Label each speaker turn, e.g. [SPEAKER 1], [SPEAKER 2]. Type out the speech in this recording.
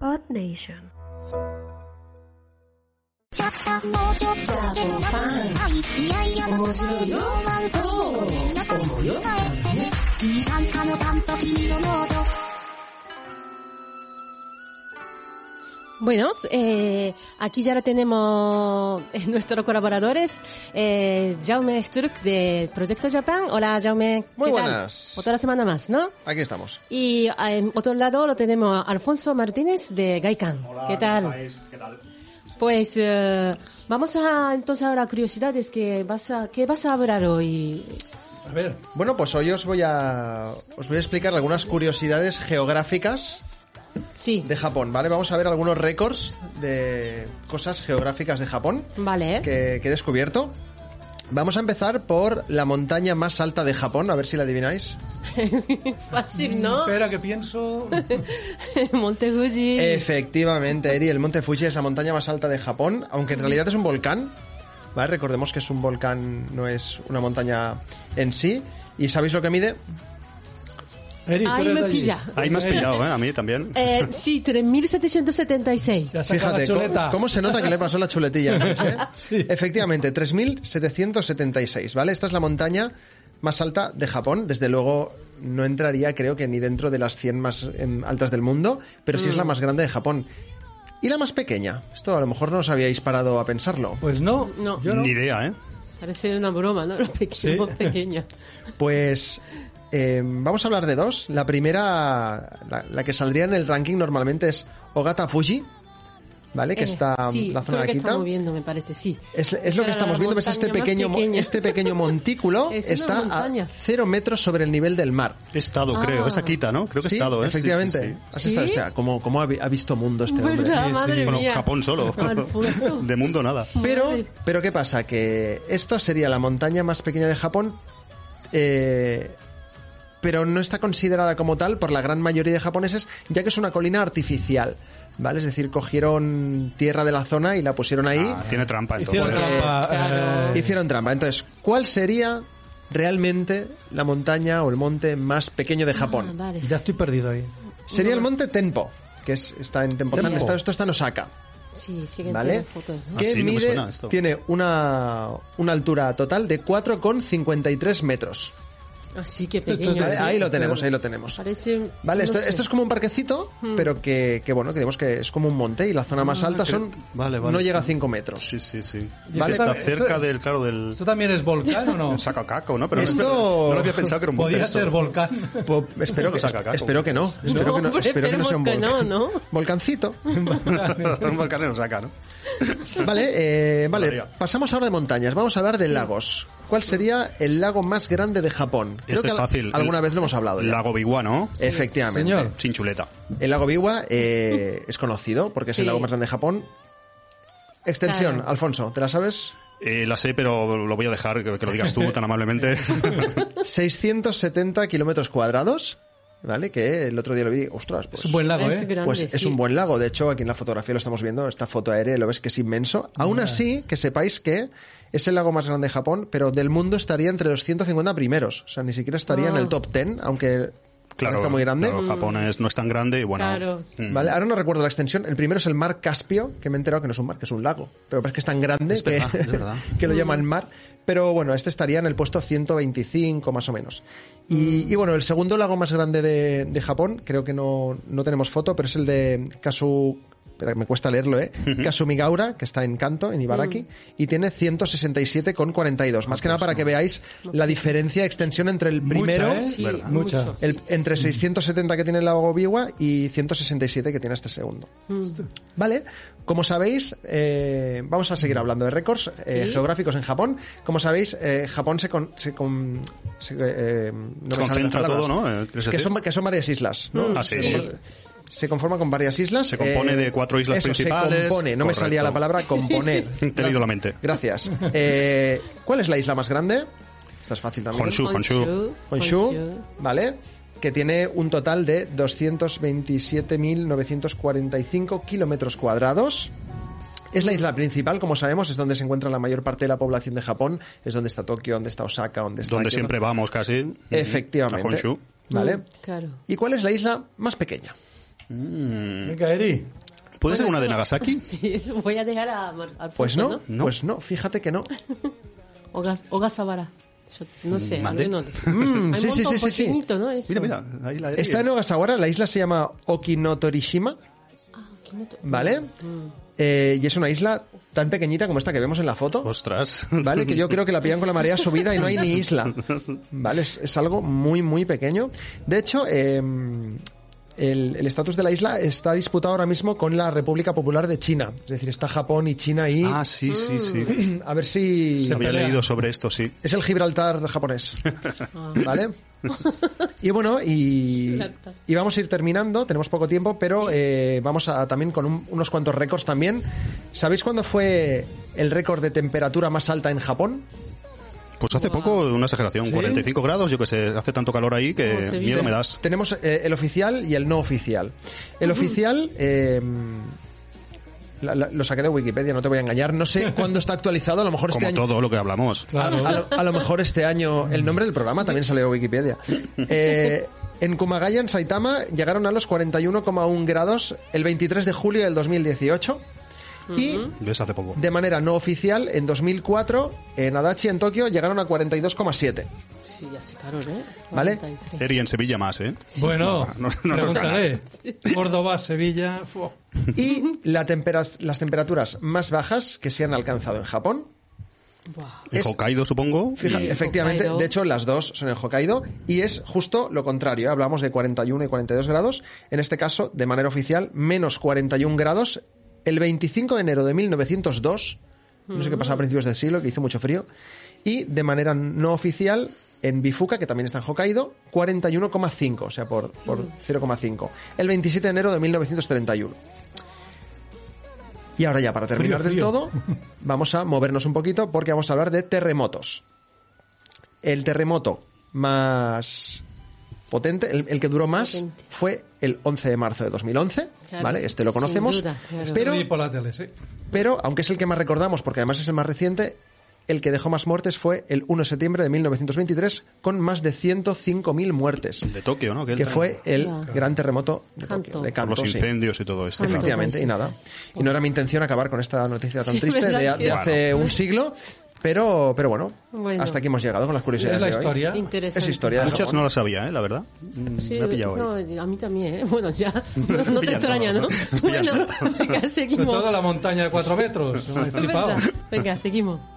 [SPEAKER 1] Odd Nation.
[SPEAKER 2] ちょっともうちょっとでもなくないいやいやもうすぐ4万と思うよね二酸化の炭素君の濃度
[SPEAKER 3] Bueno, eh, aquí ya lo tenemos en nuestros colaboradores, eh, Jaume Sturck de Proyecto Japan. Hola, Jaume. ¿qué
[SPEAKER 4] Muy
[SPEAKER 3] tal?
[SPEAKER 4] buenas.
[SPEAKER 3] Otra semana más, ¿no?
[SPEAKER 4] Aquí estamos.
[SPEAKER 3] Y ah, en otro lado lo tenemos a Alfonso Martínez de Gaikan. ¿Qué tal?
[SPEAKER 5] ¿Qué tal?
[SPEAKER 3] Pues eh, vamos a entonces ahora a curiosidades que vas a que vas a hablar hoy.
[SPEAKER 5] A ver,
[SPEAKER 4] Bueno, pues hoy os voy a os voy a explicar algunas curiosidades geográficas
[SPEAKER 3] Sí.
[SPEAKER 4] de Japón, ¿vale? Vamos a ver algunos récords de cosas geográficas de Japón
[SPEAKER 3] Vale.
[SPEAKER 4] que, que he descubierto. Vamos a empezar por la montaña más alta de Japón, a ver si la adivináis.
[SPEAKER 3] Fácil, ¿no?
[SPEAKER 4] Mm,
[SPEAKER 5] espera que pienso.
[SPEAKER 3] Monte Fuji.
[SPEAKER 4] Eh, Efectivamente, Eri, el monte Fuji es la montaña más alta de Japón, aunque en realidad es un volcán. ¿Vale? Recordemos que es un volcán, no es una montaña en sí. ¿Y sabéis lo que mide?
[SPEAKER 5] Eri, tú
[SPEAKER 3] Ahí
[SPEAKER 5] eres
[SPEAKER 3] me
[SPEAKER 5] de allí.
[SPEAKER 3] pilla.
[SPEAKER 6] Ahí me has pillado, ¿eh? A mí también.
[SPEAKER 3] Eh, sí, 3776.
[SPEAKER 5] Ya saca
[SPEAKER 4] Fíjate,
[SPEAKER 5] la
[SPEAKER 4] ¿cómo-
[SPEAKER 5] chuleta.
[SPEAKER 4] ¿cómo, se nota que le pasó la chuletilla? antes, eh?
[SPEAKER 5] Sí.
[SPEAKER 4] Efectivamente, 3.776, ¿vale? Esta es la montaña más alta de Japón. Desde luego no entraría, creo que, ni dentro de las 100 más em, altas del mundo, pero sí es la
[SPEAKER 5] Mm.
[SPEAKER 4] más grande de Japón. Y la más pequeña. Esto a lo mejor no os habíais parado a pensarlo.
[SPEAKER 5] Pues no,
[SPEAKER 3] No.
[SPEAKER 5] yo no.
[SPEAKER 6] Ni idea, ¿eh?
[SPEAKER 3] Parece una broma, ¿no? Lo pequeño,
[SPEAKER 5] Sí.
[SPEAKER 3] lo pequeño.
[SPEAKER 4] Pues eh, vamos a hablar de dos. La primera, la, la que saldría en el ranking normalmente es Ogata Fuji, ¿vale? Que
[SPEAKER 3] Eh,
[SPEAKER 4] está
[SPEAKER 3] sí,
[SPEAKER 4] la zona
[SPEAKER 3] creo que
[SPEAKER 4] Akita.
[SPEAKER 3] estamos viendo, me parece, sí.
[SPEAKER 4] Es, es lo
[SPEAKER 3] Era
[SPEAKER 4] que estamos
[SPEAKER 3] la
[SPEAKER 4] viendo, ves este
[SPEAKER 3] montaña más
[SPEAKER 4] pequeño, mo-
[SPEAKER 3] pequeña.
[SPEAKER 4] este pequeño montículo
[SPEAKER 3] Es una
[SPEAKER 4] está
[SPEAKER 3] montaña.
[SPEAKER 4] a cero metros sobre el nivel del mar.
[SPEAKER 6] He estado,
[SPEAKER 3] Ah.
[SPEAKER 6] creo. Es Akita, ¿no? Creo que he
[SPEAKER 4] Sí,
[SPEAKER 6] estado, ¿eh? Sí, sí,
[SPEAKER 4] efectivamente.
[SPEAKER 6] sí.
[SPEAKER 4] Has
[SPEAKER 3] ¿Sí? Pues,
[SPEAKER 4] estado, hostia, ¿cómo, cómo ha, vi- ha visto mundo este hombre?
[SPEAKER 3] ¿Verdad?
[SPEAKER 5] sí.
[SPEAKER 3] Madre
[SPEAKER 6] Bueno,
[SPEAKER 3] mía.
[SPEAKER 6] Japón solo.
[SPEAKER 3] Alfonso.
[SPEAKER 6] De mundo nada.
[SPEAKER 4] Pero,
[SPEAKER 3] Madre.
[SPEAKER 4] pero ¿qué pasa? Que esto sería la montaña más pequeña de Japón, eh, pero no está considerada como tal por la gran mayoría de japoneses, ya que es una colina artificial, ¿vale? Es decir, cogieron tierra de la zona y la pusieron ahí.
[SPEAKER 6] Ah, tiene trampa,
[SPEAKER 5] Hicieron
[SPEAKER 6] entonces.
[SPEAKER 5] trampa.
[SPEAKER 3] Claro.
[SPEAKER 5] eh,
[SPEAKER 4] Hicieron trampa. Entonces, ¿cuál sería realmente la montaña o el monte más pequeño de Japón?
[SPEAKER 3] Ah, vale.
[SPEAKER 5] ya estoy perdido ahí.
[SPEAKER 4] Sería el monte Tenpo, que es- está en Tempo-san.
[SPEAKER 5] Tenpo.
[SPEAKER 4] Está- esto está en Osaka,
[SPEAKER 3] Sí, siguen todas
[SPEAKER 4] ¿vale?
[SPEAKER 3] las fotos, ¿no?
[SPEAKER 6] Ah,
[SPEAKER 4] Que
[SPEAKER 6] sí, no me
[SPEAKER 4] mide,
[SPEAKER 6] suena esto.
[SPEAKER 4] tiene una, una altura total de 4,53 metros.
[SPEAKER 3] Así que
[SPEAKER 5] es
[SPEAKER 3] pequeño.
[SPEAKER 5] de-
[SPEAKER 4] Vale,
[SPEAKER 3] Ah, sí.
[SPEAKER 4] ahí lo
[SPEAKER 5] sí,
[SPEAKER 4] tenemos,
[SPEAKER 5] pero-
[SPEAKER 4] ahí lo tenemos.
[SPEAKER 3] Parece...
[SPEAKER 4] Vale,
[SPEAKER 3] no
[SPEAKER 4] esto,
[SPEAKER 3] sé.
[SPEAKER 4] esto es como un parquecito, pero que, que bueno, que digamos que es como un monte y la zona más alta
[SPEAKER 6] creo-
[SPEAKER 4] son
[SPEAKER 6] vale, vale,
[SPEAKER 4] no llega a
[SPEAKER 6] sí.
[SPEAKER 4] 5 metros.
[SPEAKER 6] Sí, sí, sí.
[SPEAKER 5] Y
[SPEAKER 6] Vale,
[SPEAKER 5] esto
[SPEAKER 6] está
[SPEAKER 5] tam-
[SPEAKER 6] cerca
[SPEAKER 5] esto-
[SPEAKER 6] del, claro, del...
[SPEAKER 5] ¿Esto también es volcán o no?
[SPEAKER 6] Saca caco, ¿no? Pero
[SPEAKER 4] Esto-
[SPEAKER 6] no, no lo había pensado que era un monte
[SPEAKER 5] Podía
[SPEAKER 6] esto.
[SPEAKER 5] ser volcán.
[SPEAKER 4] Po- espero, que,
[SPEAKER 6] Saca caco,
[SPEAKER 4] espero que no,
[SPEAKER 6] pues.
[SPEAKER 4] espero que no,
[SPEAKER 3] hombre,
[SPEAKER 4] espero que no sea un
[SPEAKER 3] esperemos que
[SPEAKER 4] volcán.
[SPEAKER 3] no, ¿no?
[SPEAKER 4] Volcancito.
[SPEAKER 6] un volcán no saca, ¿no?
[SPEAKER 4] Vale, eh, vale.
[SPEAKER 6] Molaría.
[SPEAKER 4] Pasamos ahora de montañas. Vamos a hablar de lagos. ¿cuál sería el lago más grande de Japón? Creo
[SPEAKER 6] Este
[SPEAKER 4] que
[SPEAKER 6] es
[SPEAKER 4] al-
[SPEAKER 6] fácil.
[SPEAKER 4] Alguna
[SPEAKER 6] El-
[SPEAKER 4] vez lo hemos hablado. ya.
[SPEAKER 6] Lago Biwa, ¿no?
[SPEAKER 4] Efectivamente.
[SPEAKER 5] Señor.
[SPEAKER 6] Sin chuleta.
[SPEAKER 4] El lago Biwa eh, es conocido porque es
[SPEAKER 3] Sí.
[SPEAKER 4] el lago más grande de Japón. Extensión,
[SPEAKER 3] Claro.
[SPEAKER 4] Alfonso, ¿te la sabes?
[SPEAKER 6] Eh, la sé, pero lo voy a dejar que, que lo digas tú tan amablemente.
[SPEAKER 4] 670 kilómetros cuadrados, ¿vale? Que el otro día lo vi. Ostras, pues.
[SPEAKER 5] Es un buen lago,
[SPEAKER 3] Es
[SPEAKER 5] ¿eh?
[SPEAKER 3] grande,
[SPEAKER 4] Pues es
[SPEAKER 3] sí.
[SPEAKER 4] un buen lago, de hecho aquí en la fotografía lo estamos viendo, esta foto aérea lo ves que es inmenso. Aún así, que sepáis que es el lago más grande de Japón, pero del mundo estaría entre los 150 primeros, o sea, ni siquiera estaría en el top 10, aunque
[SPEAKER 6] Claro,
[SPEAKER 4] parezca muy grande.
[SPEAKER 6] claro, Japón es- no es tan grande y bueno.
[SPEAKER 3] Claro.
[SPEAKER 6] mm.
[SPEAKER 4] Vale, ahora no recuerdo la extensión. El primero es el mar Caspio, que me he enterado que no es un mar, que es un lago. Pero es que es tan grande
[SPEAKER 6] Es
[SPEAKER 4] que,
[SPEAKER 6] verdad, es verdad.
[SPEAKER 4] que lo llaman mar. Pero bueno, este estaría en el puesto 125 más o menos. Y, y bueno, el segundo lago más grande de, de Japón, creo que no, no tenemos foto, pero es el de Kasu... Espera, que me cuesta leerlo, ¿eh? Kasumigaura, que está en Kanto, en Ibaraki, y tiene 167,42.
[SPEAKER 6] Ah,
[SPEAKER 4] Más que
[SPEAKER 6] pues
[SPEAKER 4] nada para que veáis la diferencia de extensión entre el primero...
[SPEAKER 5] Mucha, ¿eh?
[SPEAKER 3] Sí,
[SPEAKER 6] ¿verdad?
[SPEAKER 3] mucho,
[SPEAKER 5] Mucha.
[SPEAKER 3] sí,
[SPEAKER 4] El-
[SPEAKER 3] sí.
[SPEAKER 4] entre 670 que tiene el lago Biwa y 167 que tiene este segundo. Vale, como sabéis, eh, vamos a seguir hablando de récords eh,
[SPEAKER 3] Sí.
[SPEAKER 4] geográficos en Japón. Como sabéis, eh, Japón se, con- se con- se, eh, no me salen las
[SPEAKER 6] concentra
[SPEAKER 4] palabras.
[SPEAKER 6] todo, ¿no? Eh, ¿quieres
[SPEAKER 4] Que
[SPEAKER 6] decir?
[SPEAKER 4] son, que son varias islas, ¿no? Eh,
[SPEAKER 6] Ah, sí.
[SPEAKER 3] Sí.
[SPEAKER 4] Se conforma con varias islas. Eh,
[SPEAKER 6] Se compone de cuatro islas
[SPEAKER 4] eso,
[SPEAKER 6] principales.
[SPEAKER 4] Se compone, no me
[SPEAKER 6] Correcto.
[SPEAKER 4] salía la palabra componer.
[SPEAKER 6] Te he leído la mente.
[SPEAKER 4] Gracias. Eh, ¿Cuál es la isla más grande? Esta es fácil también.
[SPEAKER 6] Honshu. Honshu.
[SPEAKER 4] Honshu, ¿vale? Que tiene un total de 227.945 kilómetros cuadrados. Es la isla principal, como sabemos, es donde se encuentra la mayor parte de la población de Japón. Es donde está Tokio, donde está Osaka, donde está...
[SPEAKER 6] Donde
[SPEAKER 4] Kyoto.
[SPEAKER 6] siempre vamos casi.
[SPEAKER 4] Efectivamente.
[SPEAKER 6] A ¿eh? Honshu.
[SPEAKER 4] ¿Vale?
[SPEAKER 3] Mm, claro.
[SPEAKER 4] ¿Y cuál es la isla más pequeña?
[SPEAKER 5] Venga, Eri.
[SPEAKER 6] ¿Puede ser
[SPEAKER 3] Bueno,
[SPEAKER 6] una de
[SPEAKER 3] eso-
[SPEAKER 6] Nagasaki?
[SPEAKER 3] Sí, voy a dejar a Mar- a Alfonso,
[SPEAKER 4] Pues no,
[SPEAKER 6] No.
[SPEAKER 4] pues no, fíjate que no.
[SPEAKER 3] Oga- Ogasawara. Yo no sé,
[SPEAKER 6] Mande.
[SPEAKER 3] alguno de-
[SPEAKER 4] Mm,
[SPEAKER 3] Hay
[SPEAKER 4] sí,
[SPEAKER 3] un
[SPEAKER 4] sí,
[SPEAKER 3] montón
[SPEAKER 4] sí, sí, sí.
[SPEAKER 3] pequeñito, ¿no? Eso.
[SPEAKER 6] Mira, mira, ahí la
[SPEAKER 4] Está en Ogasawara, la isla se llama Okinotorishima,
[SPEAKER 3] Ah, aquí no to-
[SPEAKER 4] ¿vale? Eh, y es una isla tan pequeñita como esta que vemos en la foto,
[SPEAKER 6] Ostras.
[SPEAKER 4] ¿vale? Que yo creo que la pillan con la marea subida y no hay ni isla, ¿vale? Es, es algo muy, muy pequeño. De hecho, eh, el el estatus de la isla está disputado ahora mismo con la República Popular de China. Es decir, está Japón y China ahí.
[SPEAKER 6] Ah, sí,
[SPEAKER 4] Mm.
[SPEAKER 6] sí, sí.
[SPEAKER 4] A ver si...
[SPEAKER 5] Se
[SPEAKER 6] Había
[SPEAKER 5] pelea.
[SPEAKER 6] leído sobre esto, sí.
[SPEAKER 4] Es el Gibraltar japonés.
[SPEAKER 3] Ah.
[SPEAKER 4] ¿Vale? Y bueno, y,
[SPEAKER 3] Gibraltar.
[SPEAKER 4] y vamos a ir terminando, tenemos poco tiempo, pero eh, vamos a, también con un- unos cuantos récords también. ¿Sabéis cuándo fue el récord de temperatura más alta en Japón?
[SPEAKER 6] Pues hace poco, una exageración,
[SPEAKER 5] ¿Sí?
[SPEAKER 6] 45 grados, yo que sé, hace tanto calor ahí
[SPEAKER 3] Oh,
[SPEAKER 6] que
[SPEAKER 3] Sevilla.
[SPEAKER 6] miedo me das.
[SPEAKER 4] Tenemos eh, el oficial y el no oficial. El oficial... eh, la- la- lo saqué de Wikipedia, no te voy a engañar. No sé cuándo está actualizado, a lo mejor este
[SPEAKER 6] Como
[SPEAKER 4] año.
[SPEAKER 6] todo lo que hablamos.
[SPEAKER 5] Claro.
[SPEAKER 4] A, lo, a lo mejor este año el nombre del programa también salió de Wikipedia. Eh, en Kumagaya, en Saitama, llegaron a los 41,1 grados el 23 de julio del 2018. Y
[SPEAKER 6] ¿Ves? Hace poco.
[SPEAKER 4] de manera no oficial, en 2004, en Adachi, en Tokio, llegaron a 42,7.
[SPEAKER 3] Sí, ya sé, claro, ¿eh?
[SPEAKER 4] Vale.
[SPEAKER 3] 43.
[SPEAKER 6] Eri en Sevilla más, ¿eh?
[SPEAKER 5] Bueno,
[SPEAKER 6] No, no, no nos
[SPEAKER 5] preguntaré. Córdoba, Sevilla. fu-
[SPEAKER 4] Y la tempera- las temperaturas más bajas que se han alcanzado en Japón.
[SPEAKER 3] Buah.
[SPEAKER 6] En
[SPEAKER 4] Es-
[SPEAKER 6] Hokkaido, supongo.
[SPEAKER 4] Fija-
[SPEAKER 6] y-
[SPEAKER 4] efectivamente,
[SPEAKER 3] Hokkaido.
[SPEAKER 4] de hecho las dos son en Hokkaido y es justo lo contrario. ¿eh? Hablamos de 41 y 42 grados. En este caso, de manera oficial, menos 41 grados. El 25 de enero de 1902, no sé qué pasa a principios del siglo, que hizo mucho frío, y de manera no oficial en Bifuka, que también está en Hokkaido, 41,5, o sea, por, por 0,5. El 27 de enero de 1931. Y ahora ya, para terminar
[SPEAKER 5] Frío, frío.
[SPEAKER 4] del todo, vamos a movernos un poquito porque vamos a hablar de terremotos. El terremoto más potente, el, el que duró más,
[SPEAKER 3] Potente.
[SPEAKER 4] fue el 11 de marzo de 2011,
[SPEAKER 3] Claro,
[SPEAKER 4] ¿vale? Este lo
[SPEAKER 3] sin
[SPEAKER 4] conocemos,
[SPEAKER 3] duda, claro.
[SPEAKER 4] pero,
[SPEAKER 5] Y por la tele, sí.
[SPEAKER 4] pero, aunque es el que más recordamos, porque además es el más reciente, el que dejó más muertes fue el 1 de septiembre de 1923, con más de 105.000 muertes,
[SPEAKER 6] De Tokio, ¿no?
[SPEAKER 4] que
[SPEAKER 6] tal-
[SPEAKER 4] fue el
[SPEAKER 3] Claro.
[SPEAKER 4] gran terremoto de
[SPEAKER 3] Kanto.
[SPEAKER 4] Tokio, de
[SPEAKER 6] Por los
[SPEAKER 4] Kanto, sí.
[SPEAKER 6] incendios y todo esto.
[SPEAKER 3] Kanto.
[SPEAKER 4] Efectivamente, y nada. Y no era mi intención acabar con esta noticia tan
[SPEAKER 3] Sí,
[SPEAKER 4] triste de,
[SPEAKER 3] ¿verdad
[SPEAKER 4] de
[SPEAKER 3] que-
[SPEAKER 4] hace un siglo, pero, pero bueno,
[SPEAKER 3] Bueno.
[SPEAKER 4] hasta aquí hemos llegado con las curiosidades.
[SPEAKER 5] Es la
[SPEAKER 4] de hoy.
[SPEAKER 5] historia.
[SPEAKER 3] Interesante.
[SPEAKER 4] Es historia. de
[SPEAKER 6] Muchas
[SPEAKER 4] Japón.
[SPEAKER 6] no las sabía, ¿eh? La verdad. Mm,
[SPEAKER 3] Sí,
[SPEAKER 6] me ha pillado
[SPEAKER 3] no,
[SPEAKER 6] ahí.
[SPEAKER 3] a mí también, ¿eh? Bueno, ya. No, no te
[SPEAKER 6] Pilla
[SPEAKER 3] extraña,
[SPEAKER 6] todo,
[SPEAKER 3] ¿no?
[SPEAKER 6] ¿no? Pilla
[SPEAKER 3] Bueno,
[SPEAKER 6] todo.
[SPEAKER 3] venga,
[SPEAKER 5] Sobre
[SPEAKER 3] seguimos.
[SPEAKER 5] todo la montaña de cuatro metros. ¿no? He
[SPEAKER 3] Es
[SPEAKER 5] flipado.
[SPEAKER 3] verdad. Venga, seguimos.